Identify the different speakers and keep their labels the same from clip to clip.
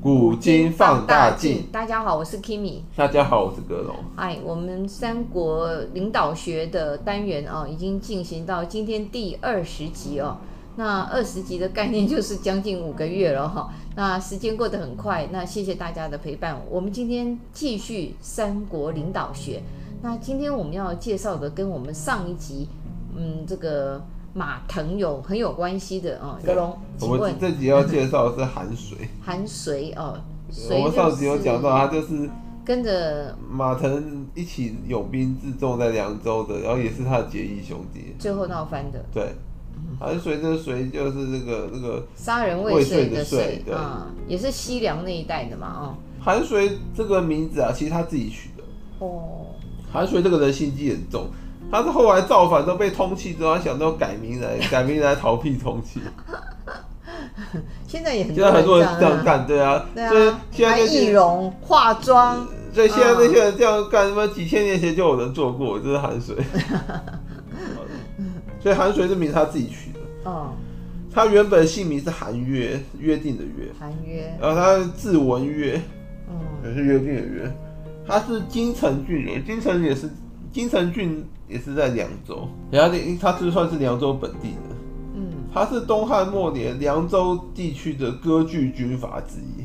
Speaker 1: 古今放大镜。
Speaker 2: 大家好，我是 Kimi。
Speaker 1: 大家好，我是格龙。
Speaker 2: 哎，我们三国领导学的单元啊、已经进行到今天第二十集哦。那二十集的概念就是将近五个月了哈、那时间过得很快，那谢谢大家的陪伴。我们今天继续三国领导学。那今天我们要介绍的跟我们上一集，嗯，这个马腾有很有关系的啊、格龙，请
Speaker 1: 我
Speaker 2: 问
Speaker 1: 们这集要介绍的是韩水。
Speaker 2: 韩遂哦，
Speaker 1: 我
Speaker 2: 遂
Speaker 1: 们上集有讲到，他就是
Speaker 2: 跟着
Speaker 1: 马腾一起拥兵自重在凉州的，然后也是他的结义兄弟。
Speaker 2: 最后闹翻的
Speaker 1: 对，韩水这个水就是那个那个
Speaker 2: 杀人
Speaker 1: 未
Speaker 2: 未
Speaker 1: 遂
Speaker 2: 遂
Speaker 1: 的
Speaker 2: 的
Speaker 1: 遂
Speaker 2: 遂
Speaker 1: 对
Speaker 2: 啊、也是西凉那一带的嘛，
Speaker 1: 韩水这个名字啊，其实他自己取的。
Speaker 2: 哦，哦，
Speaker 1: 韩水这个人心机很重，他是后来造反都被通缉之后，他想到改名来改名来逃避通缉。
Speaker 2: 现在也很
Speaker 1: 现 在很多人
Speaker 2: 啊
Speaker 1: 这样，干，对啊，
Speaker 2: 对
Speaker 1: 所以
Speaker 2: 啊，
Speaker 1: 现在
Speaker 2: 还
Speaker 1: 这
Speaker 2: 易
Speaker 1: 些
Speaker 2: 容、化妆，
Speaker 1: 所以现在那些人这样干，他妈几千年前就有人做过，这是寒水。所以寒水这名他自己取的，
Speaker 2: 哦，
Speaker 1: 他原本姓名是韩约，约定的约，
Speaker 2: 韩约，
Speaker 1: 然后他字文约，
Speaker 2: 嗯，
Speaker 1: 也是约定的约。他是金城郡人，金城也是金城郡也是在凉州，然后他是算是凉州本地的。
Speaker 2: 嗯，
Speaker 1: 他是东汉末年凉州地区的割据军阀之一。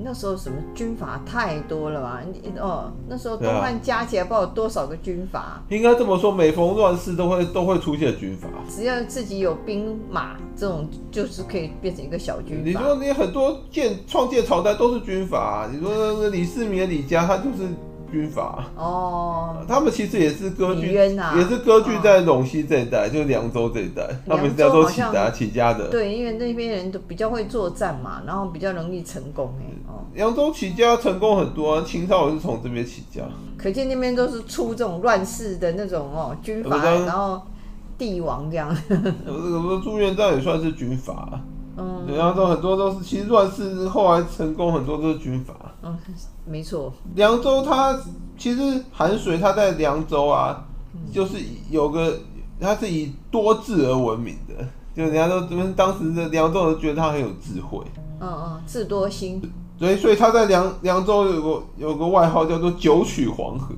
Speaker 2: 那时候什么军阀太多了吧？你哦，那时候
Speaker 1: 对
Speaker 2: 东
Speaker 1: 啊
Speaker 2: 汉加起来不知道有多少个军阀，
Speaker 1: 应该这么说，每逢乱世都会都会出现军阀。
Speaker 2: 只要自己有兵马，这种就是可以变成一个小
Speaker 1: 你
Speaker 2: 军阀。
Speaker 1: 说你很多建创建朝代都是军阀啊、你说那个李世民、李家他就是军阀，啊
Speaker 2: 哦，
Speaker 1: 他们其实也是割
Speaker 2: 李
Speaker 1: 据，
Speaker 2: 渊啊
Speaker 1: 也是割据在陇西这一带，就是凉州这一带，他们是凉州起
Speaker 2: 凉州
Speaker 1: 的
Speaker 2: 好
Speaker 1: 起家的。
Speaker 2: 对，因为那边人都比较会作战嘛，然后比较容易成功哎。哦，
Speaker 1: 凉州起家成功很多、啊，秦朝也是从这边起家。
Speaker 2: 可见那边都是出这种乱世的那种哦，军
Speaker 1: 我
Speaker 2: 阀，
Speaker 1: 刚
Speaker 2: 然后帝王这样。
Speaker 1: 这个朱元璋也算是军阀啊，
Speaker 2: 嗯
Speaker 1: 凉州很多都是，其实乱世后来成功很多都是军阀。啊
Speaker 2: 嗯，没错。
Speaker 1: 凉州它其实韩水它在凉州啊，
Speaker 2: 嗯
Speaker 1: 就是有个它是以多智而闻名的，就人家都就是当时的凉州人觉得他很有智慧，
Speaker 2: 嗯嗯，智多星。
Speaker 1: 所以所以他在凉凉州有个有个外号叫做九曲黄河，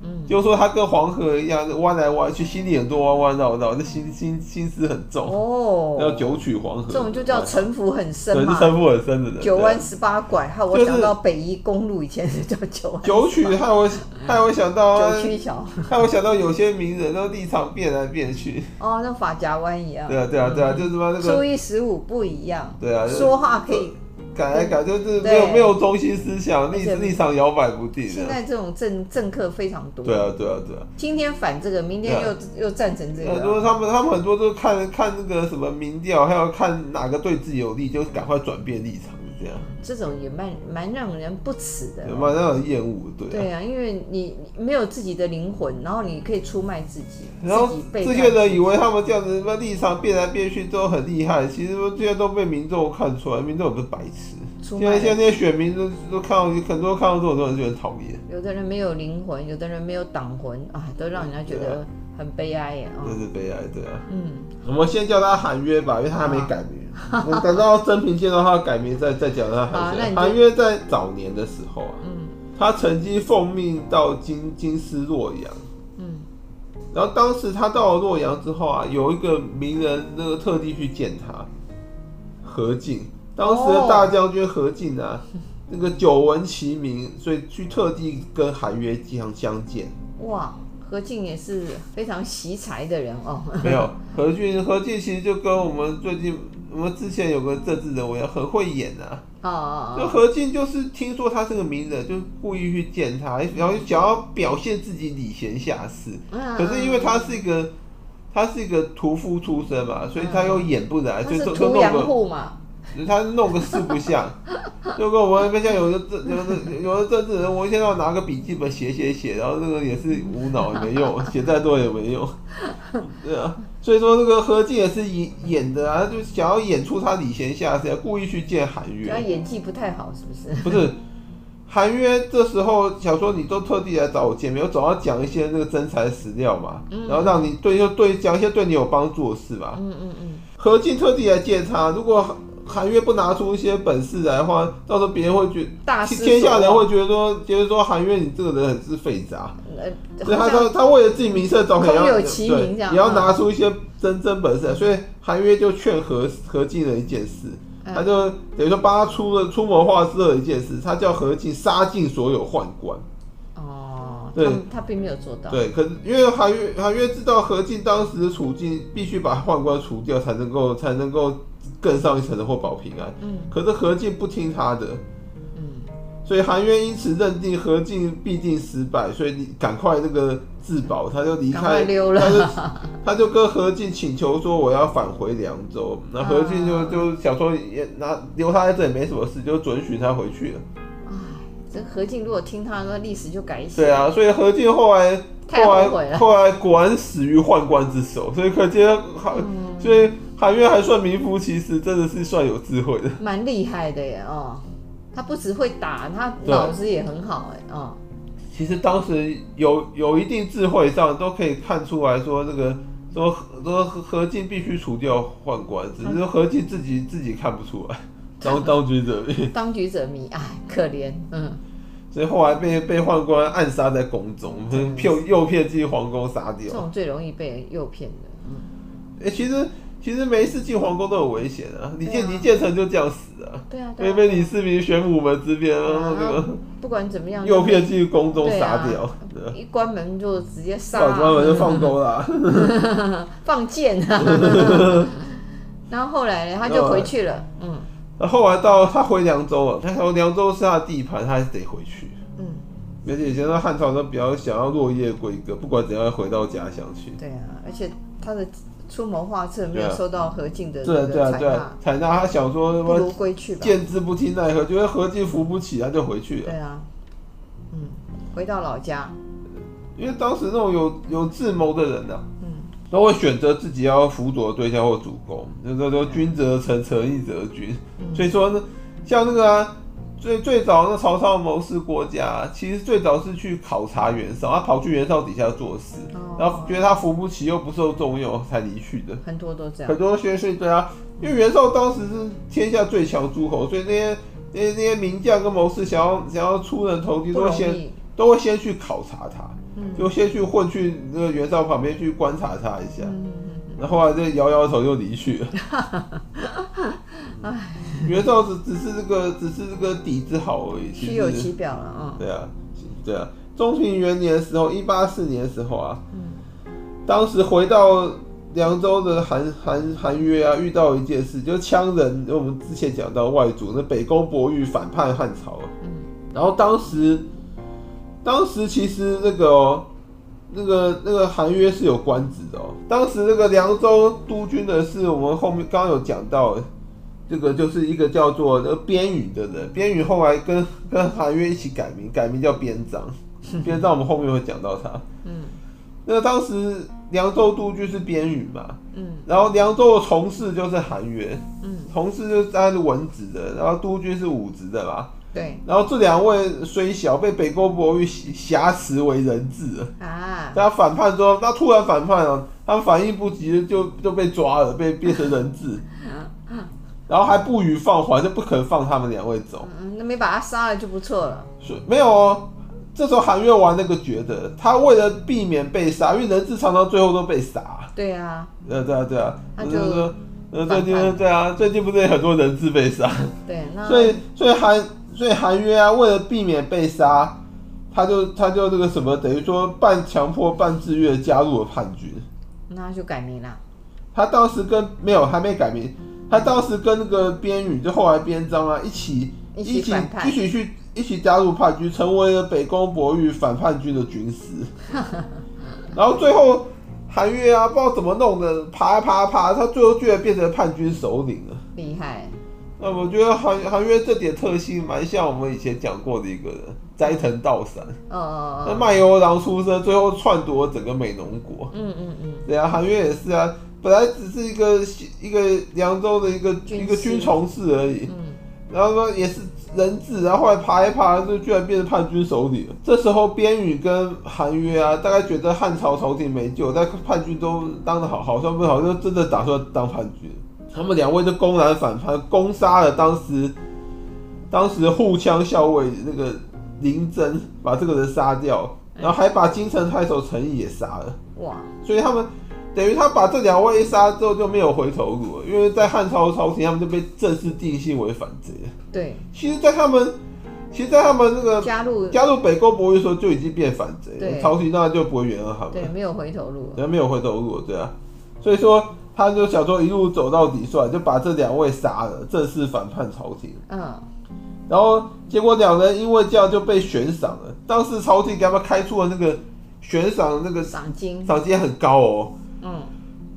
Speaker 2: 嗯，
Speaker 1: 就是说他跟黄河一样弯来弯去，心里很多弯弯绕绕，这心心心思很重，叫
Speaker 2: 哦，
Speaker 1: 九曲黄河，
Speaker 2: 这种就叫城府很深
Speaker 1: 对，是
Speaker 2: 嘛。
Speaker 1: 城府很深的人，
Speaker 2: 九
Speaker 1: 对
Speaker 2: 弯十八拐，害我
Speaker 1: 就是
Speaker 2: 想到北宜公路以前就叫九弯。
Speaker 1: 九曲害我害我想到啊
Speaker 2: 九曲桥。
Speaker 1: 害我想到有些名人都立场变来变去。
Speaker 2: 哦，那法夹弯一样嗯
Speaker 1: 对。啊，对啊，对啊，就是嘛那
Speaker 2: 初
Speaker 1: 个
Speaker 2: 一十五不一样。
Speaker 1: 对啊
Speaker 2: 说话可以
Speaker 1: 改来改，就是没
Speaker 2: 对
Speaker 1: 有没有中心思想，立
Speaker 2: 而且
Speaker 1: 立场摇摆不定
Speaker 2: 现
Speaker 1: 的。
Speaker 2: 在这种政政客非常多，
Speaker 1: 对啊，对啊，对啊。
Speaker 2: 今天反这个，明天又、又赞成这
Speaker 1: 很多
Speaker 2: 个，
Speaker 1: 他们他们很多都看看那个什么民调，还要看哪个对自己有利，就赶快转变立场，这样
Speaker 2: 这种也蛮蛮让人不齿的。
Speaker 1: 蛮让人厌恶，对啊。
Speaker 2: 啊对啊，因为你你没有自己的灵魂，然后你可以出卖自己，
Speaker 1: 然后
Speaker 2: 自己背叛
Speaker 1: 这些人以为他们这样子，那立场变来变去都很厉害，其实这些都被民众看出来，民众也不是白痴。
Speaker 2: 出
Speaker 1: 现
Speaker 2: 卖
Speaker 1: 在现在那
Speaker 2: 了。
Speaker 1: 些选民都都看到很多看到这种东西就很讨厌。
Speaker 2: 有的人没有灵魂，有的人没有党魂啊，都让人家觉得很悲哀耶啊。
Speaker 1: 真是悲哀，对啊。
Speaker 2: 嗯，
Speaker 1: 我们先叫他韩约吧，因为他还没改 名。我们等到真平见到他的改名再再讲他
Speaker 2: 好
Speaker 1: 韩
Speaker 2: 那
Speaker 1: 约。
Speaker 2: 你就
Speaker 1: 韩约在早年的时候啊，
Speaker 2: 嗯
Speaker 1: 他曾经奉命到京京师洛阳，
Speaker 2: 嗯，
Speaker 1: 然后当时他到了洛阳之后啊，有一个名人那个特地去见他，何进。当时的大将军何进啊，
Speaker 2: 哦
Speaker 1: 那个久闻其名，所以去特地跟韩约相相见。
Speaker 2: 哇，何进也是非常惜才的人哦。
Speaker 1: 没有何进，何进其实就跟我们最近我们之前有个政治人物一样，很会演啊。
Speaker 2: 哦哦
Speaker 1: 就
Speaker 2: 哦，
Speaker 1: 何进就是听说他是个名人，就故意去见他，然后想要表现自己礼贤下士。
Speaker 2: 嗯
Speaker 1: 可是因为他是一个他是一个屠夫出身嘛，所以他又演不来，
Speaker 2: 他
Speaker 1: 所以
Speaker 2: 是
Speaker 1: 就就
Speaker 2: 屠
Speaker 1: 弄
Speaker 2: 羊
Speaker 1: 个
Speaker 2: 户嘛，
Speaker 1: 他弄个四不像， 就跟我们那边像有的政有的有的政治人，我一天到晚拿个笔记本写写写，然后那个也是无脑也没 用，写再多也没用，对啊。所以说，那个何进也是演演的啊，他就想要演出他礼贤下士，故意去见韩
Speaker 2: 他
Speaker 1: 愈。
Speaker 2: 啊演技不太好，是不是？
Speaker 1: 不是，韩约这时候想说你都特地来找我见面，我总要讲一些那个真材实料嘛，
Speaker 2: 嗯
Speaker 1: 然后让你对就对讲一些对你有帮助的事嘛。
Speaker 2: 嗯嗯嗯，
Speaker 1: 何进特地来见他，如果韩韩约不拿出一些本事来的话，到时候别人会觉
Speaker 2: 大
Speaker 1: 天
Speaker 2: 失
Speaker 1: 天下
Speaker 2: 所
Speaker 1: 人
Speaker 2: 望
Speaker 1: 会觉得说，觉得说韩约你这个人很是废渣。
Speaker 2: 呃，
Speaker 1: 所以他
Speaker 2: 好
Speaker 1: 他
Speaker 2: 像
Speaker 1: 他为了自己名声着想，
Speaker 2: 空
Speaker 1: 要
Speaker 2: 有
Speaker 1: 对，
Speaker 2: 其名这样
Speaker 1: 也要
Speaker 2: 嗯
Speaker 1: 拿出一些真真本事来。所以韩约就劝何何进了一件事，
Speaker 2: 嗯
Speaker 1: 他就等于说帮他出了出谋划策的一件事，他叫何进杀尽所有宦官。
Speaker 2: 哦，他
Speaker 1: 对
Speaker 2: 们他并没有做到，
Speaker 1: 对，可是因为韩约韩约知道何进当时的处境，必须把宦官除掉才能够才能够更上一层楼或保平安。
Speaker 2: 嗯
Speaker 1: 可是何进不听他的，
Speaker 2: 嗯，
Speaker 1: 所以韩约因此认定何进必定失败，所以你赶快那个自保，他就离
Speaker 2: 赶快
Speaker 1: 开，
Speaker 2: 溜了
Speaker 1: 他就他就跟何进请求说我要返回凉州，那何进就
Speaker 2: 啊
Speaker 1: 就想说也那留他在这里没什么事，就准许他回去了。
Speaker 2: 哎，这何进如果听他，那历史就改写。
Speaker 1: 对啊，所以何进后来
Speaker 2: 太
Speaker 1: 后
Speaker 2: 后悔
Speaker 1: 来
Speaker 2: 了
Speaker 1: 后来果然死于宦官之手，所以可见韩、
Speaker 2: 嗯
Speaker 1: 所以韩约还算名副其实，真的是算有智慧的。
Speaker 2: 蛮厉害的耶哦。他不只会打，他
Speaker 1: 对啊
Speaker 2: 脑子也很好哎哦。
Speaker 1: 其实当时有有一定智慧上都可以看出来说这个说说何何进必须除掉宦官，只是何进自己自己看不出来，当当局者迷，
Speaker 2: 当局者迷，哎，可怜，嗯，
Speaker 1: 所以后来被被宦官暗杀在宫中，骗诱骗进皇宫杀
Speaker 2: 这
Speaker 1: 掉。
Speaker 2: 种最容易被诱骗的，嗯，
Speaker 1: 哎、其实其实没事进皇宫都有危险啊，李建
Speaker 2: 对啊
Speaker 1: 李建成就这样死啊，
Speaker 2: 对啊，
Speaker 1: 被
Speaker 2: 对啊，
Speaker 1: 被李世民玄武门之变，然后
Speaker 2: 啊
Speaker 1: 那个
Speaker 2: 不管怎么样，
Speaker 1: 诱骗进宫中
Speaker 2: 对啊
Speaker 1: 杀掉，对啊
Speaker 2: 一关门就直接杀
Speaker 1: 到
Speaker 2: 啊，
Speaker 1: 关门就放钩啦。
Speaker 2: 放箭 啊。 然后后来呢，他就回去了，嗯
Speaker 1: 那后来到他回凉州了，他说凉州是他的地盘，他还是得回去。
Speaker 2: 嗯，
Speaker 1: 而且以前在汉朝都比较想要落叶归根，不管怎样要回到家乡去。
Speaker 2: 对啊，而且他的出谋划策没有
Speaker 1: 对啊
Speaker 2: 受到何进的
Speaker 1: 对啊
Speaker 2: 那
Speaker 1: 对
Speaker 2: 个
Speaker 1: 啊
Speaker 2: 采
Speaker 1: 对
Speaker 2: 纳
Speaker 1: 啊，，采纳他想说什
Speaker 2: 不如
Speaker 1: 么
Speaker 2: 归去吧，
Speaker 1: 见之不听奈何，觉得何进扶不起，他就回去了。
Speaker 2: 对啊，嗯，回到老家，
Speaker 1: 因为当时那种有有智谋的人呐、啊，
Speaker 2: 嗯。
Speaker 1: 都会选择自己要辅佐的对象或主公，就是说君则臣，臣亦则君。
Speaker 2: 嗯
Speaker 1: 所以说呢，像那个啊、最最早那曹操谋士国家啊，其实最早是去考察袁绍，他跑去袁绍底下做事，
Speaker 2: 哦
Speaker 1: 然后觉得他扶不起又不受重用才离去的。
Speaker 2: 很多都这
Speaker 1: 很
Speaker 2: 样。
Speaker 1: 多宣誓对啊，因为袁绍当时是天下最强诸侯，所以那些那些那些名将跟谋士想要想要出人头地，
Speaker 2: 不
Speaker 1: 都会
Speaker 2: 容
Speaker 1: 先
Speaker 2: 易，
Speaker 1: 都会先去考察他，
Speaker 2: 嗯
Speaker 1: 就先去混去那个袁绍旁边去观察他一下。
Speaker 2: 嗯，
Speaker 1: 然后后来就摇摇头就离去 了。袁绍只只是这个只是这个底子好而已，其
Speaker 2: 虚有
Speaker 1: 实
Speaker 2: 其表了啊。
Speaker 1: 对啊对啊。中平元年的时候，一八四年的时候啊，
Speaker 2: 嗯
Speaker 1: 当时回到凉州的韩韩韩约啊，遇到一件事，就羌人，我们之前讲到外族那北宫伯玉反叛汉朝啊，
Speaker 2: 嗯
Speaker 1: 然后当时，当时其实那个、哦、那个那个韩约是有官职的哦。当时那个凉州督军的是我们后面刚刚有讲到的，这个就是一个叫做那个边宇的人，边宇后来跟跟韩约一起改名，改名叫边章。边章我们后面会讲到他。
Speaker 2: 嗯
Speaker 1: 那个当时凉州督军是边宇嘛，
Speaker 2: 嗯
Speaker 1: 然后凉州的从事就是韩约，
Speaker 2: 嗯，
Speaker 1: 从事就是他是文职的，然后督军是武职的嘛。
Speaker 2: 对
Speaker 1: 然后这两位虽小，被北宫伯玉挟持为人质了。
Speaker 2: 啊，
Speaker 1: 他反叛之后，他突然反叛了，他们反应不及就就被抓了，被变成人质，然后还不予放还，就不肯放他们两位走。
Speaker 2: 嗯嗯，那没把他杀了就不错了。
Speaker 1: 所以没有哦，这时候韩月玩那个觉得，他为了避免被杀，因为人质常常最后都被杀。
Speaker 2: 对啊，
Speaker 1: 对啊对啊对啊，
Speaker 2: 那就
Speaker 1: 就是说，呃，最
Speaker 2: 反叛
Speaker 1: 近对啊，最近不是也很多人质被杀？
Speaker 2: 对，那
Speaker 1: 所以所以韩所以韩约啊，为了避免被杀，他就他就这个什么，等于说半强迫半自愿加入了叛军。
Speaker 2: 那就改名啦。
Speaker 1: 他当时跟没有还没改名，他当时跟那个边宇就后来边章啊一起
Speaker 2: 一起
Speaker 1: 一起
Speaker 2: 反叛
Speaker 1: 一起去一起加入叛军，成为了北宫博玉反叛军的军师。 然后最后韩月啊，不知道怎么弄的，爬啊爬啊爬啊，他最后居然变成叛军首领了。
Speaker 2: 厉害，
Speaker 1: 那我觉得韩韩约这点特性蛮像我们以前讲过的一个人，斋藤道三。那
Speaker 2: 哦，
Speaker 1: 卖油郎出身，最后篡夺整个美浓国。
Speaker 2: 嗯嗯嗯，
Speaker 1: 对啊，韩约也是啊，本来只是一个一个凉州的一个
Speaker 2: 军师
Speaker 1: 一个军从事而已，
Speaker 2: 嗯
Speaker 1: 然后说也是人质，然后后来爬一爬，就居然变成叛军手里了。这时候边宇跟韩约啊，大概觉得汉朝朝廷没救，但叛军都当的好好，算不好，就真的打算当叛军。他们两位就公然反叛，攻杀了当时当时护羌校尉那个林真，把这个人杀掉，然后还把京城太守陈毅也杀了。
Speaker 2: 哇，
Speaker 1: 所以他们等于他把这两位一杀之后就没有回头路了，因为在汉朝朝廷他们就被正式定性为反贼。
Speaker 2: 对，
Speaker 1: 其实，在他们，其实，在他们那个
Speaker 2: 加入
Speaker 1: 加入北沟博弈的时候就已经变反贼了，
Speaker 2: 对
Speaker 1: 朝廷当然就不会原谅他们，
Speaker 2: 对没有回头路了，
Speaker 1: 人没有回头路，对啊，所以说他就想说一路走到底算，就把这两位杀了，正式反叛朝廷。
Speaker 2: 嗯，
Speaker 1: 然后结果两人因为这样就被悬赏了，当时朝廷给他们开出了那个悬赏的那个
Speaker 2: 赏金，
Speaker 1: 赏金很高哦，
Speaker 2: 嗯，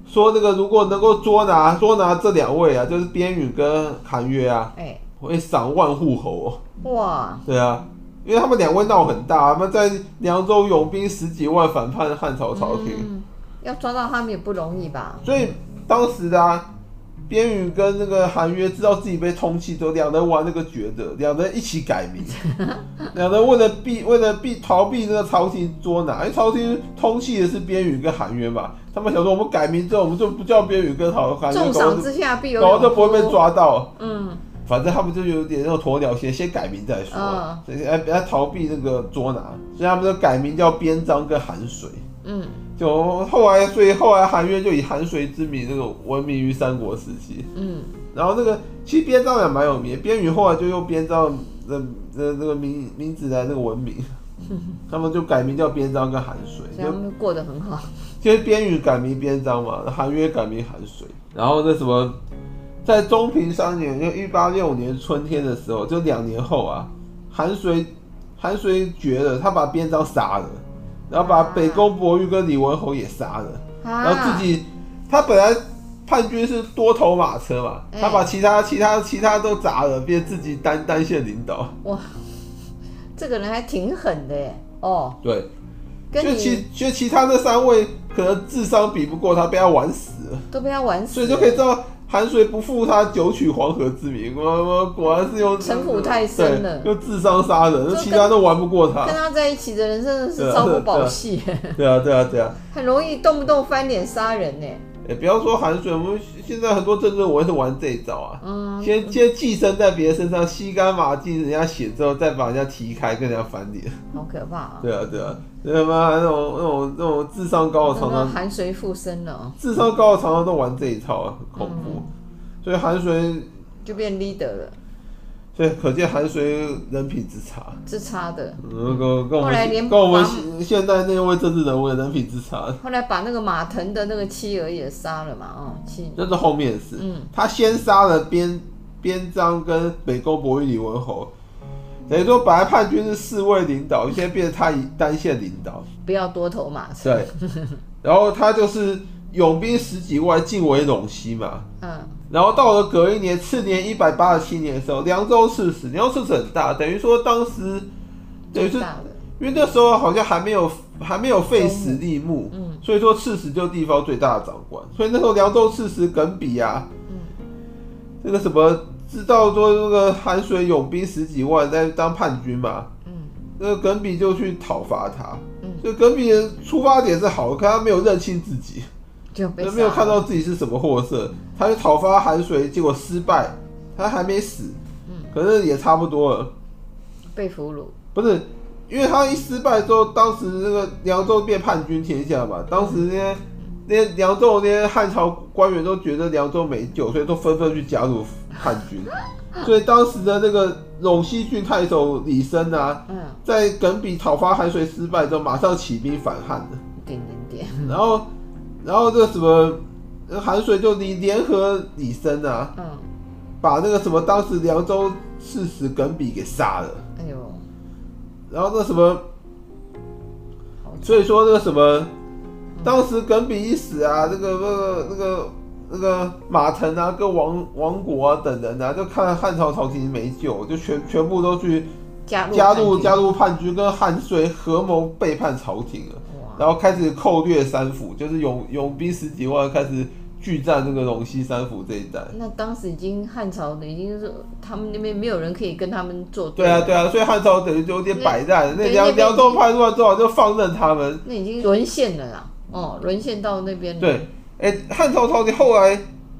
Speaker 1: 说那个如果能够捉拿捉拿这两位啊，就是边宇跟韩约啊，
Speaker 2: 哎，
Speaker 1: 会赏万户侯哦。
Speaker 2: 哇，
Speaker 1: 对啊，因为他们两位闹很大，他们在凉州拥兵十几万反叛汉朝朝廷，
Speaker 2: 嗯，要抓到他们也不容易吧？
Speaker 1: 所以当时的、啊、边宇跟那个韩约知道自己被通缉之后，两人玩那个抉择，两人一起改名，两人为了避为了避逃避那个朝廷捉拿，因为朝廷通缉的是边宇跟韩约嘛，他们想说我们改名之后，我们就不叫边宇跟好韩约，
Speaker 2: 重
Speaker 1: 搞
Speaker 2: 赏
Speaker 1: 不
Speaker 2: 之下必有
Speaker 1: 搞不好就
Speaker 2: 勇
Speaker 1: 不会被
Speaker 2: 夫，
Speaker 1: 抓到。
Speaker 2: 嗯，
Speaker 1: 反正他们就有点那种鸵鸟先先改名再说，
Speaker 2: 嗯
Speaker 1: 所以哎，不要逃避那个捉拿，所以他们就改名叫边章跟寒水。
Speaker 2: 嗯
Speaker 1: 就后来，所以后来韩约就以寒水之名那个闻名于三国时期。
Speaker 2: 嗯，
Speaker 1: 然后那个其实边章也蛮有名，边宇后来就用边章的的那个名名字来那个闻 名，他们就改名叫边章跟寒水。
Speaker 2: 所以他
Speaker 1: 就
Speaker 2: 们过得很好，
Speaker 1: 就是边宇改名边章嘛，韩约改名韩水，然后那什么，在中平三年，就一八六年春天的时候，就两年后啊，韩水韩水绝了，他把边章杀了，然后把
Speaker 2: 啊
Speaker 1: 北宫博玉跟李文侯也杀了， 然后
Speaker 2: 啊
Speaker 1: 自，己他本来叛军是多头马车嘛，
Speaker 2: 哎
Speaker 1: 他把其他其他其他都砸了，变自己单单线领导，
Speaker 2: 啊这个人还挺狠的耶，哦，
Speaker 1: 对，
Speaker 2: 跟
Speaker 1: 就
Speaker 2: 你
Speaker 1: 其就其他那三位可能智商比不过他，被他玩死了。
Speaker 2: 都被他玩死
Speaker 1: 所以
Speaker 2: 了，
Speaker 1: 就可以知道韩遂不负他九曲黄河之名，我我果然是用
Speaker 2: 城府太深了
Speaker 1: 对用智商杀人，
Speaker 2: 就
Speaker 1: 其他都玩不过他
Speaker 2: 跟。他在一起的人真的
Speaker 1: 对
Speaker 2: 是
Speaker 1: 啊
Speaker 2: 朝不
Speaker 1: 对
Speaker 2: 保
Speaker 1: 啊
Speaker 2: 夕耶。
Speaker 1: 对啊，对啊，对啊。
Speaker 2: 很容易动不动翻脸杀人呢。
Speaker 1: 也不要说韩遂，我们现在很多政治人物也是玩这一招啊，
Speaker 2: 嗯，
Speaker 1: 先先寄生在别人身上，吸干马进人家血之后，再把人家踢开，跟人家翻脸。
Speaker 2: 好可怕啊！
Speaker 1: 对啊，对啊，所以他妈那种那种那种智商高的
Speaker 2: 真
Speaker 1: 常
Speaker 2: 的
Speaker 1: 常
Speaker 2: 含水附身了哦，
Speaker 1: 智商高的常常都玩这一套啊，很恐怖。
Speaker 2: 嗯
Speaker 1: 所以韩遂，
Speaker 2: 就变 leader 了，
Speaker 1: 所以可见韩遂人品之差。
Speaker 2: 自差的。
Speaker 1: 嗯，跟跟我
Speaker 2: 后来
Speaker 1: 们
Speaker 2: 连
Speaker 1: 跟我们
Speaker 2: 拔
Speaker 1: 现现在那位政治人物的人品之差，
Speaker 2: 后来把那个马腾的那个妻儿也杀了嘛，哦，妻，
Speaker 1: 那是后面的事。
Speaker 2: 嗯，
Speaker 1: 他先杀了边边章跟北宫博玉李文侯，等于说本来叛军是四位领导，现在变成他一单线领导。
Speaker 2: 不要多头马车。
Speaker 1: 对，然后他就是勇兵十几万进围陇西嘛。
Speaker 2: 嗯，
Speaker 1: 然后到了隔一年，次年一百八十七年的时候，凉州刺史，凉州刺史很大，等于说当时等于
Speaker 2: 最
Speaker 1: 是
Speaker 2: 大的。
Speaker 1: 因为那时候好像还没有还没有废死立木，
Speaker 2: 嗯
Speaker 1: 所以说刺史就地方最大的长官，所以那时候凉州刺史耿比啊，
Speaker 2: 嗯，
Speaker 1: 这个什么知道说那个韩水勇兵十几万在当叛军嘛，
Speaker 2: 嗯，
Speaker 1: 那个耿比就去讨伐他，
Speaker 2: 嗯
Speaker 1: 所以耿比的出发点是好，可他没有认清自己，
Speaker 2: 就被
Speaker 1: 他
Speaker 2: 杀
Speaker 1: 没
Speaker 2: 了
Speaker 1: 有看。到自己是什么货色，他去讨伐韩水，结果失败，他还没死，
Speaker 2: 嗯
Speaker 1: 可是也差不多了。
Speaker 2: 被俘虏。
Speaker 1: 不是，因为他一失败之后，当时那个凉州变叛军天下嘛，当时那些那些凉州那些汉朝官员都觉得凉州没救，所以都纷纷去加入叛军。所以当时的那个陇西郡太守李绅啊，
Speaker 2: 嗯，
Speaker 1: 在耿比讨伐韩遂失败之后，马上起兵反汉的。
Speaker 2: 点点点。
Speaker 1: 然后，然后这个什么，呃韩遂就联联合李绅啊，
Speaker 2: 嗯，
Speaker 1: 把那个什么当时凉州刺史耿比给杀了。
Speaker 2: 哎呦，
Speaker 1: 然后那什么。
Speaker 2: 好惨。
Speaker 1: 所以说那个什么，当时耿比一死啊，那个那个那个那个马腾啊，跟王王国啊等人啊，就看汉朝朝廷没救，就全全部都去
Speaker 2: 加入
Speaker 1: 加入加
Speaker 2: 入。
Speaker 1: 入叛军，跟汉遂合谋背叛朝廷了，啊
Speaker 2: 哇，
Speaker 1: 然后开始寇掠三府，就是勇勇兵十几万开始拒战这个龙溪三府这一战。
Speaker 2: 那当时已经汉朝的已经是他们那边没有人可以跟他们作
Speaker 1: 对啊，对啊，所以汉朝等于就有点百战，那
Speaker 2: 对
Speaker 1: 凉
Speaker 2: 那边
Speaker 1: 凉州叛乱之后就放任他们。
Speaker 2: 那已经沦陷了啦，哦，沦陷到那边了。
Speaker 1: 对，哎，汉朝朝廷后来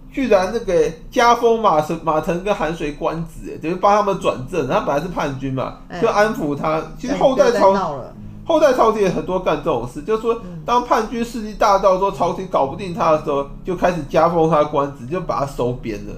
Speaker 1: 居然那个加封马城、马腾跟韩遂官职，哎等于帮他们转正。他本来是叛军嘛，
Speaker 2: 哎
Speaker 1: 就安抚他。其实
Speaker 2: 哎
Speaker 1: 后代
Speaker 2: 不要再
Speaker 1: 朝
Speaker 2: 闹了，
Speaker 1: 后代朝廷也很多干这种事，就是说，当叛军势力大到说朝廷搞不定他的时候，就开始加封他官职，就把他收编了。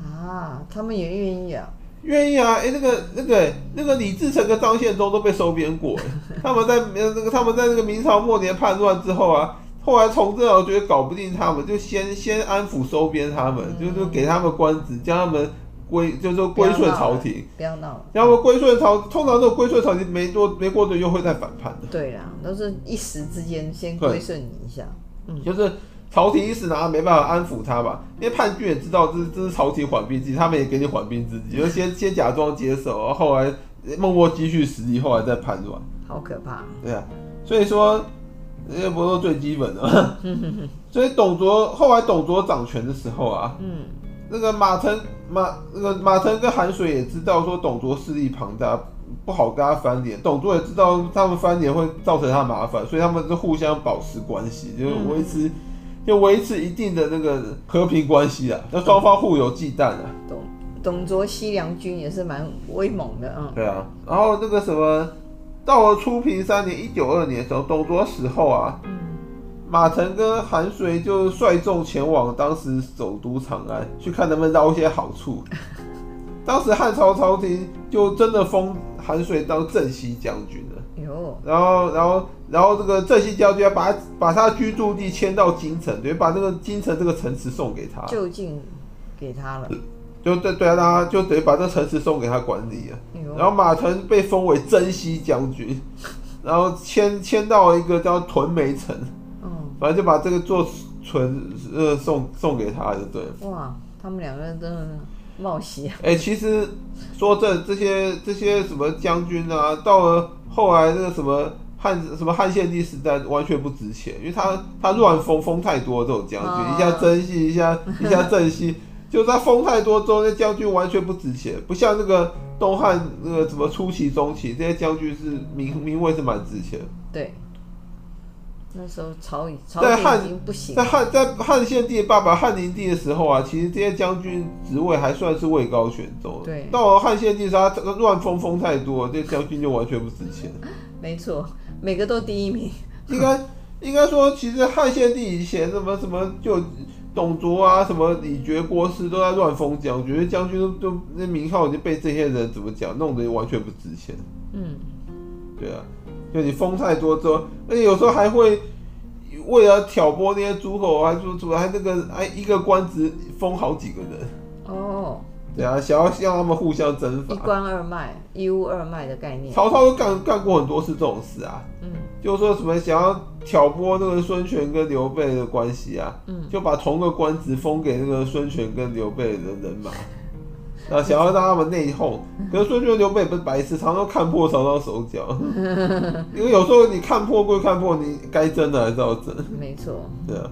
Speaker 2: 啊，他们也愿意啊，
Speaker 1: 愿意啊，哎、那个、那个、那个李自成跟张献忠都被收编过，哎他们在呃那个他们在那个明朝末年叛乱之后啊，后来从政啊，我觉得搞不定他们，就先先安抚收编他们，
Speaker 2: 嗯
Speaker 1: 就是给他们官职，将他们归，就是说归顺朝廷，
Speaker 2: 不要闹了。
Speaker 1: 然后归顺朝，通常这种归顺朝廷没多没过多久又会再反叛的，
Speaker 2: 对啦，都是一时之间先
Speaker 1: 对
Speaker 2: 归顺你一下。嗯，
Speaker 1: 就是。朝廷一时拿没办法安抚他吧，因为叛军也知道这是这是朝廷缓兵之计，他们也给你缓兵之计，就先先假装接受，然后后来呃默默积蓄实力，后来再叛乱。
Speaker 2: 好可怕。
Speaker 1: 对啊，所以说这些不是最基本的。
Speaker 2: 嗯
Speaker 1: 所以董卓后来董卓掌权的时候啊，
Speaker 2: 嗯，
Speaker 1: 那个马腾马那个马腾跟韩遂也知道说董卓势力庞大，不好跟他翻脸。董卓也知道他们翻脸会造成他麻烦，所以他们是互相保持关系，就是
Speaker 2: 嗯
Speaker 1: 维持、就维持一定的那个和平关系啊。那双方互有忌惮啊。
Speaker 2: 董董卓西凉军也是蛮威猛的。嗯，
Speaker 1: 对啊，然后那个什么，到了初平三年（一九二年）的时候，董卓死后啊，马腾跟韩遂就率众前往当时首都长安，去看能不能捞一些好处。当时汉朝朝廷就真的封韩遂当镇西将军了，
Speaker 2: 嗯哟，
Speaker 1: 然后，然后，然后这个镇西将军还把他把他的居住地迁到京城，等于把这个京城这个城池送给他，
Speaker 2: 就近给他了。
Speaker 1: 就对对啊，他就等于把这个城池送给他管理啊。然后
Speaker 2: 哟，
Speaker 1: 马腾被封为征西将军，然后迁迁到一个叫屯梅城，
Speaker 2: 嗯，
Speaker 1: 反正就把这个做存呃送送给他就对了。
Speaker 2: 哇，他们两个真的冒险。
Speaker 1: 哎、其实说真的，这些这些什么将军啊，到了后来那个什么汉什么汉献帝时代，完全不值钱，因为他他乱封封太多这种将军，
Speaker 2: 啊
Speaker 1: 一下征西，一下一下镇西， 就是他封太多之后，那将军完全不值钱，不像那个东汉那个什么初期、中期这些将军是名名位是蛮值钱的。
Speaker 2: 对，那时候朝已朝
Speaker 1: 在
Speaker 2: 廷
Speaker 1: 汉
Speaker 2: 已经不行
Speaker 1: 在
Speaker 2: 了。
Speaker 1: 汉在汉献帝爸爸汉灵帝的时候啊，其实这些将军职位还算是位高权重的。
Speaker 2: 对
Speaker 1: 到了汉献帝时候，他这个乱封封太多，这将军就完全不值钱。
Speaker 2: 没错，每个都第一名。
Speaker 1: 应该应该说，其实汉献帝以前什么什么就董卓啊，什么李傕、郭汜都在乱封将军，将军都都那名号已经被这些人怎么讲弄得完全不值钱。
Speaker 2: 嗯，
Speaker 1: 对啊，就你封太多之后，而且有时候还会为了挑拨那些诸侯，还说什么还那个还一个官职封好几个人，
Speaker 2: 哦，
Speaker 1: 对啊，想要让他们互相征伐。
Speaker 2: 一官二脉，一屋二脉的概念。
Speaker 1: 曹操都干干过很多次这种事啊，
Speaker 2: 嗯
Speaker 1: 就说什么想要挑拨那个孙权跟刘备的关系啊，
Speaker 2: 嗯，
Speaker 1: 就把同个官职封给那个孙权跟刘备的人马，然后想要让他们内讧。可是孙权、刘备也不是白痴，常常看破曹操手脚。因为有时候你看破归看破，你该争的还是要争，
Speaker 2: 没错。
Speaker 1: 对啊。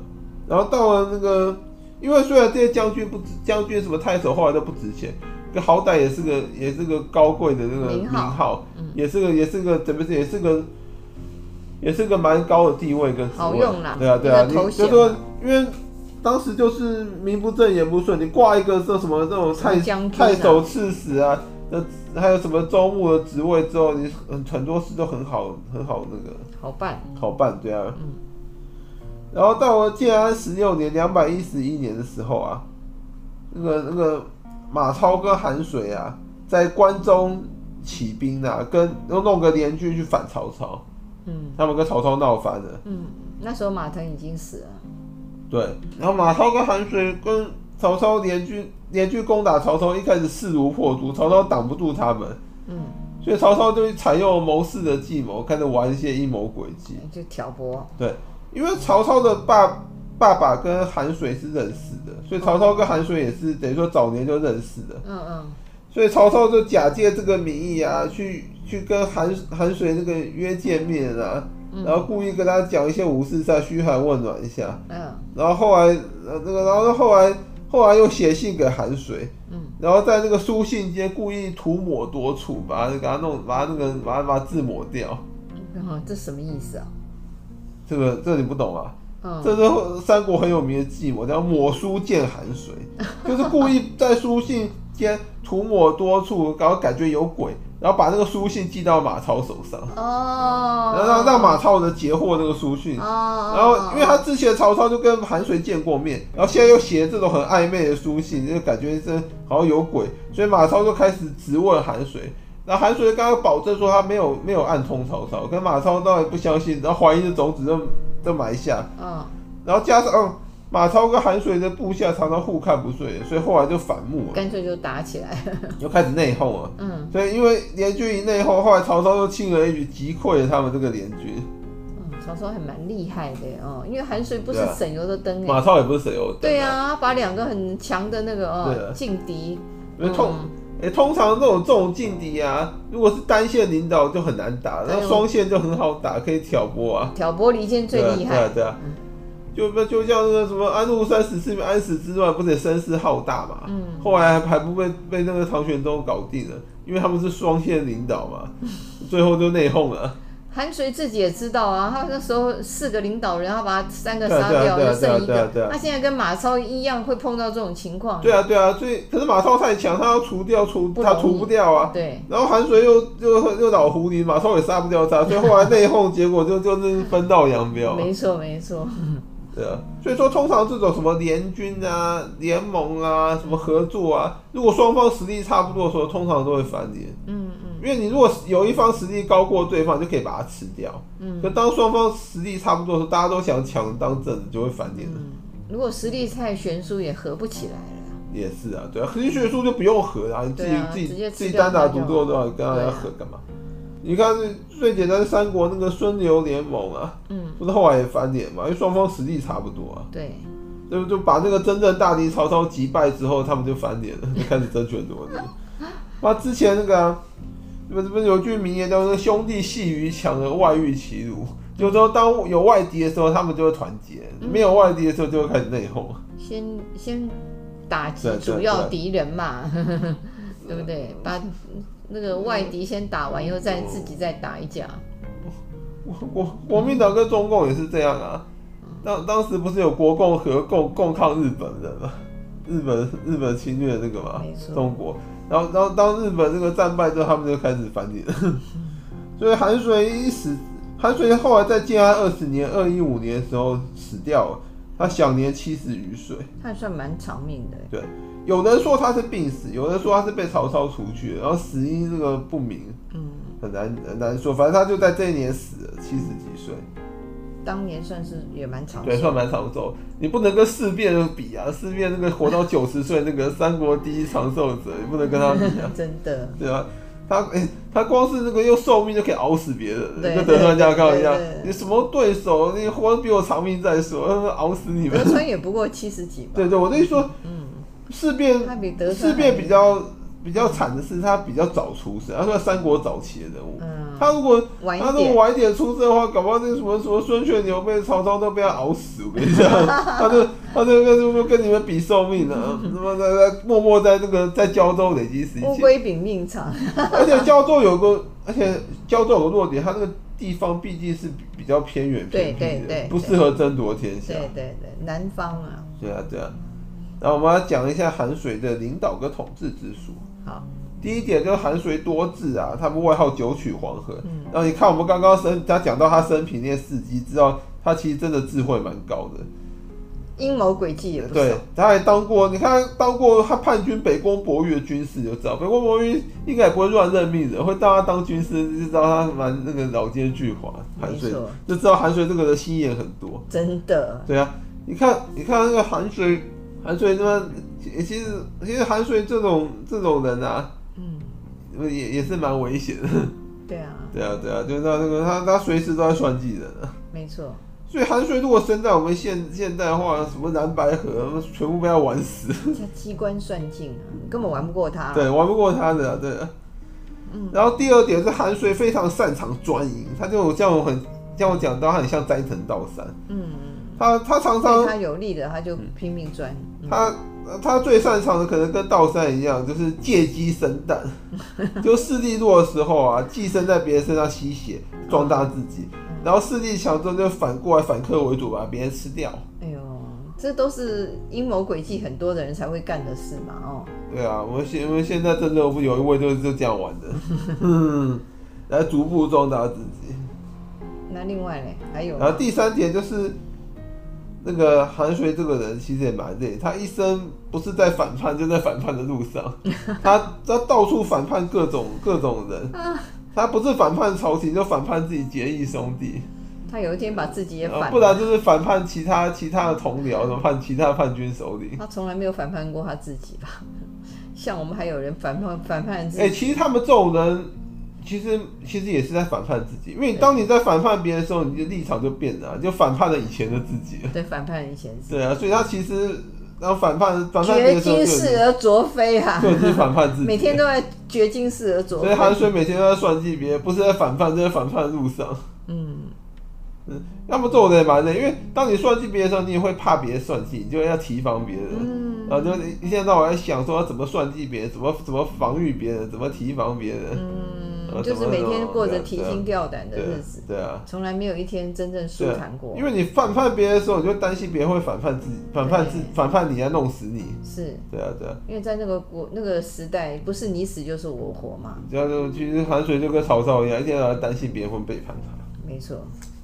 Speaker 1: 然后到了那个，因为虽然这些将军不值，将军什么太守后来都不值钱，可好歹也是个也是个高贵的那个名
Speaker 2: 名号
Speaker 1: 号，
Speaker 2: 嗯
Speaker 1: 也是个也是个怎么是也是个。也是个蛮高的地位跟职位，
Speaker 2: 好用啦
Speaker 1: 对啊对啊，
Speaker 2: 一
Speaker 1: 你
Speaker 2: 个头
Speaker 1: 就
Speaker 2: 衔
Speaker 1: 说，因为当时就是名不正言不顺，你挂一个这什么这种太
Speaker 2: 将军啊
Speaker 1: 太守、刺史啊，那还有什么州牧的职位之后，你很很多事都很好很好那个
Speaker 2: 好办，
Speaker 1: 好办，对啊。
Speaker 2: 嗯
Speaker 1: 然后到了建安十六年（两百一十一年）的时候啊，那个那个马超跟韩遂啊，在关中起兵啊，跟又弄个联军去反曹操，
Speaker 2: 嗯
Speaker 1: 他们跟曹操闹翻了。
Speaker 2: 嗯，那时候马腾已经死了，
Speaker 1: 对，然后马超跟韩遂跟曹操联军联军攻打曹操，一开始势如破竹，曹操挡不住他们，
Speaker 2: 嗯，
Speaker 1: 所以曹操就采用谋士的计谋，开始玩一些阴谋诡计。
Speaker 2: 就挑拨，
Speaker 1: 对，因为曹操的爸爸爸跟韩遂是认识的，所以曹操跟韩遂也是等于说早年就认识的，
Speaker 2: 嗯嗯，
Speaker 1: 所以曹操就假借这个名义啊，去去跟韩韩遂那个约见面啊，
Speaker 2: 嗯
Speaker 1: 然后故意跟他讲一些五四三，嘘寒问暖一下。
Speaker 2: 嗯
Speaker 1: 然后后来呃那个，然后后来后来又写信给韩水，
Speaker 2: 嗯，
Speaker 1: 然后在那个书信间故意涂抹多处，把它给它弄，把它那个把它把它字抹掉，
Speaker 2: 然后这什么意思啊？
Speaker 1: 这个这你不懂啊？
Speaker 2: 嗯
Speaker 1: 这是三国很有名的计谋，叫抹书见寒水， 就是故意在书信间涂抹多处，然后感觉有鬼，然后把那个书信寄到马超手上，
Speaker 2: 哦
Speaker 1: 然，后让让马超能截获那个书信。
Speaker 2: 哦，
Speaker 1: 然后，因为他之前曹操就跟韩遂见过面，然后现在又写这种很暧昧的书信，就感觉这好像有鬼，所以马超就开始质问韩遂。那韩遂刚刚保证说他没有没有暗通曹操，可马超当然不相信，然后怀疑的种子就就埋下，
Speaker 2: 嗯
Speaker 1: 然后加上、嗯马超跟韩遂的部下常常互看不顺眼，所以后来就反目了，
Speaker 2: 干脆就打起来，
Speaker 1: 又开始内讧了。
Speaker 2: 嗯
Speaker 1: 所以因为联军一内讧，后来曹操就轻而易举击溃了他们这个联军。
Speaker 2: 嗯，曹操还蛮厉害的哦，因为韩遂不是
Speaker 1: 对啊
Speaker 2: 省油的灯
Speaker 1: 马
Speaker 2: 哎，
Speaker 1: 超也不是哦省油的灯
Speaker 2: 对啊，把两个很强的那个
Speaker 1: 对
Speaker 2: 哦
Speaker 1: 啊
Speaker 2: 劲敌，
Speaker 1: 因为通
Speaker 2: 嗯
Speaker 1: 哎、通常这种这种劲敌啊，如果是单线领导就很难打，
Speaker 2: 对
Speaker 1: 然后双线就很好打，可以挑拨啊。
Speaker 2: 挑拨离间最厉害
Speaker 1: 对啊，对啊，
Speaker 2: 嗯
Speaker 1: 对啊就就像那个什么安禄山十四名安史之乱，不是也声势浩大嘛？
Speaker 2: 嗯
Speaker 1: 后来还还不被被那个唐玄宗搞定了，因为他们是双线领导 嘛，最后就内讧了。
Speaker 2: 韩遂自己也知道啊，他那时候四个领导人，他把他三个
Speaker 1: 对啊
Speaker 2: 杀
Speaker 1: 对啊
Speaker 2: 掉，
Speaker 1: 对啊
Speaker 2: 就剩一
Speaker 1: 对啊对
Speaker 2: 个
Speaker 1: 啊。
Speaker 2: 他现在跟马超一样会碰到这种情况。
Speaker 1: 对啊，对啊，所以可是马超太强，他要除掉除
Speaker 2: 不容易
Speaker 1: 他除不掉啊。
Speaker 2: 对，
Speaker 1: 然后韩遂又又又老狐狸，马超也杀不掉他，所以后来内讧，结果就就是分道扬镳啊。
Speaker 2: 没错没错。
Speaker 1: 对啊，所以说通常这种什么联军啊、联盟啊、什么合作啊，如果双方实力差不多的时候，通常都会翻脸。
Speaker 2: 嗯嗯
Speaker 1: 因为你如果有一方实力高过对方，就可以把它吃掉。
Speaker 2: 嗯
Speaker 1: 可当双方实力差不多的时候，大家都想抢当正，就会翻脸了。
Speaker 2: 嗯，如果实力太悬殊，也合不起来了。
Speaker 1: 也是啊，对啊，可是学术就不用合啊，你自己、
Speaker 2: 对啊
Speaker 1: 自己
Speaker 2: 直接吃
Speaker 1: 自己
Speaker 2: 掉
Speaker 1: 单打
Speaker 2: 它就
Speaker 1: 独
Speaker 2: 好
Speaker 1: 斗的话，你跟人
Speaker 2: 对
Speaker 1: 家
Speaker 2: 啊
Speaker 1: 合干嘛？你看最最简单的三国那个孙刘联盟啊，
Speaker 2: 嗯，
Speaker 1: 不是后来也翻脸嘛，因为双方实力差不多啊。
Speaker 2: 对，
Speaker 1: 就就把那个真正大敌曹操击败之后，他们就翻脸了，就开始争权夺利。 那之前那个、啊，你们这边有句名言叫做“兄弟戏于强而外遇其辱”，就是说当有外敌的时候，他们就会团结；没有外敌的时候，就会开始内讧。
Speaker 2: 先先打击
Speaker 1: 对对
Speaker 2: 主要敌人嘛， 对不对？把那个外敌先打完，以后再自己再打一架。
Speaker 1: 国国国民党跟中共也是这样啊。当当时不是有国共和共共抗日本人嘛？日本日本侵略那个嘛
Speaker 2: 没，错
Speaker 1: 中国。然后然后当日本这个战败之后，他们就开始反脸。 所以韩遂一死，韩遂后来在建安二十年（二一五年）的时候死掉了，他享年七十余岁。
Speaker 2: 他还算蛮长命的。
Speaker 1: 对，有人说他是病死，有人说他是被曹操除去的，然后死因这个不明，
Speaker 2: 嗯，
Speaker 1: 很难很难说。反正他就在这一年死了，七十几岁。
Speaker 2: 当年算是也蛮长
Speaker 1: 对，
Speaker 2: 寿。
Speaker 1: 算蛮长寿。你不能跟四变比 啊，四变那个活到九十岁，那个三国第一长寿者，你不能跟他比啊，
Speaker 2: 真的。
Speaker 1: 对吧、他诶、他光是那个用寿命就可以熬死别人了，
Speaker 2: 对
Speaker 1: 跟德川家康一样
Speaker 2: 对对对，对
Speaker 1: 你什么对手，你活得比我长命再说，呃熬死你
Speaker 2: 德
Speaker 1: 们。
Speaker 2: 川也不过七十几吧，
Speaker 1: 对对，我的意思说，
Speaker 2: 嗯，
Speaker 1: 四变
Speaker 2: 他比德川
Speaker 1: 四
Speaker 2: 还
Speaker 1: 变比，较比较惨的是，他比较早出生，他算三国早期的人物。
Speaker 2: 嗯，
Speaker 1: 他如果
Speaker 2: 晚一
Speaker 1: 他如
Speaker 2: 点
Speaker 1: 果晚一点出生的话，搞不好那什么什么孙权、刘备、曹操都被他熬死。我跟你讲， 他就他就跟就跟你们比寿命了、 啊，什么在在默默在那个在胶州累积时
Speaker 2: 乌
Speaker 1: 间，
Speaker 2: 龟比 命长，
Speaker 1: 而且胶州有个，而且胶州有个弱点，它那个地方毕竟是比比较偏远偏
Speaker 2: 对
Speaker 1: 僻
Speaker 2: 对
Speaker 1: 的
Speaker 2: 对，
Speaker 1: 不适合争夺天下。
Speaker 2: 对对对，南方啊，
Speaker 1: 对啊对啊，然后我们要讲一下韩遂的领导跟统治之术。
Speaker 2: 好，
Speaker 1: 第一点就是韩遂多智啊，他们外号九曲黄河。
Speaker 2: 嗯
Speaker 1: 然后你看我们刚刚生他讲到他生平那事迹，知道他其实真的智慧蛮高的。
Speaker 2: 阴谋诡计也不
Speaker 1: 对
Speaker 2: 少，，
Speaker 1: 他还当过，你看他当过他叛军北宫博玉的军师就知道，北宫博玉应该也不会乱任命人，会当他当军师就知道他蛮那个老奸巨猾。韩遂
Speaker 2: 没错
Speaker 1: 就知道韩遂这个人心眼很多。
Speaker 2: 真的，
Speaker 1: 对啊，你看，你看那个韩水，韩水那么，其其实其实韩水这种这种人啊，
Speaker 2: 嗯，
Speaker 1: 也也是蛮危险的。
Speaker 2: 对啊，
Speaker 1: 对啊，对啊，就是他那个他他随时都在算计人啊。
Speaker 2: 没错，
Speaker 1: 所以韩水如果生在我们现现代化，什么蓝白河，全部被他玩死，
Speaker 2: 他机关算尽啊，你根本玩不过他，
Speaker 1: 对，玩不过他的、啊，对、啊。然后第二点是韩水非常擅长专营，他这种这种很像我讲到，他很像斋藤道三，
Speaker 2: 嗯，
Speaker 1: 他他常
Speaker 2: 对
Speaker 1: 常
Speaker 2: 他有利的他就拼命钻，嗯
Speaker 1: 他他最擅长的可能跟道三一样，就是借鸡生蛋，就势力弱的时候啊，寄生在别人身上吸血，壮大自己，然后势力强之后就反过来反客为主，把别人吃掉。
Speaker 2: 哎呦，这都是阴谋诡计很多的人才会干的事嘛，哦，
Speaker 1: 对啊，我们现我们现在真的不有一位就是就这样玩的，嗯，来逐步壮大自己。
Speaker 2: 那另外嘞还有呢，
Speaker 1: 然后第三点就是，那个韩水这个人其实也蛮累，他一生不是在反叛，就在反叛的路 上，他他到处反叛各种各种人，他不是反叛朝廷，就反叛自己结义兄弟，
Speaker 2: 他有一天把自己也
Speaker 1: 呃
Speaker 2: 反
Speaker 1: 不
Speaker 2: 了，
Speaker 1: 然就是反叛其他其他的同僚，什么叛其他叛军首领。
Speaker 2: 他从来没有反叛过他自己吧？ 像我们还有人反叛反叛自
Speaker 1: 哎、
Speaker 2: 己，
Speaker 1: 其实他们这种人，其实其实也是在反叛自己，因为你当你在反叛别人的时候，你的立场就变了啊，就反叛了以前的自己了。
Speaker 2: 对，反叛以前是
Speaker 1: 对啊，所以他其实然后反叛反叛别
Speaker 2: 绝
Speaker 1: 人的时候就已
Speaker 2: 经世
Speaker 1: 经
Speaker 2: 而卓飞啊，
Speaker 1: 就已经反叛自己，
Speaker 2: 每天。都在绝经世而卓
Speaker 1: 所以韩
Speaker 2: 飞，
Speaker 1: 水每天都在算计别人，不是在反叛，就在反叛的路上。
Speaker 2: 嗯，
Speaker 1: 嗯，要么这种人也蛮累，因为当你算计别人的时候，你也会怕别人算计，你就要提防别人，
Speaker 2: 嗯
Speaker 1: 然后就一天到晚在想说要怎么算计别人，怎么怎么防御别人，怎么提防别人。
Speaker 2: 嗯，
Speaker 1: 呃
Speaker 2: 就是每天过着提心吊胆的
Speaker 1: 对
Speaker 2: 日子，
Speaker 1: 对啊，
Speaker 2: 从来没有一天真正舒
Speaker 1: 对啊
Speaker 2: 坦过，
Speaker 1: 因为你反叛别人的时候，你就担心别人会反叛自己，反叛自
Speaker 2: 对
Speaker 1: 反叛你啊，弄死你。
Speaker 2: 是。
Speaker 1: 对啊，对啊。
Speaker 2: 因为在那个国那个时代，不是你死就是我活嘛，
Speaker 1: 这样就其实韩水就跟曹操一样，一天到晚担心别人会背叛他。
Speaker 2: 没错。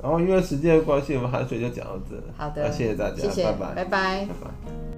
Speaker 1: 然后因为时间的关系，我们韩水就讲到这。
Speaker 2: 好的，
Speaker 1: 那谢谢大家，
Speaker 2: 谢谢，
Speaker 1: 拜拜
Speaker 2: 拜拜
Speaker 1: 拜拜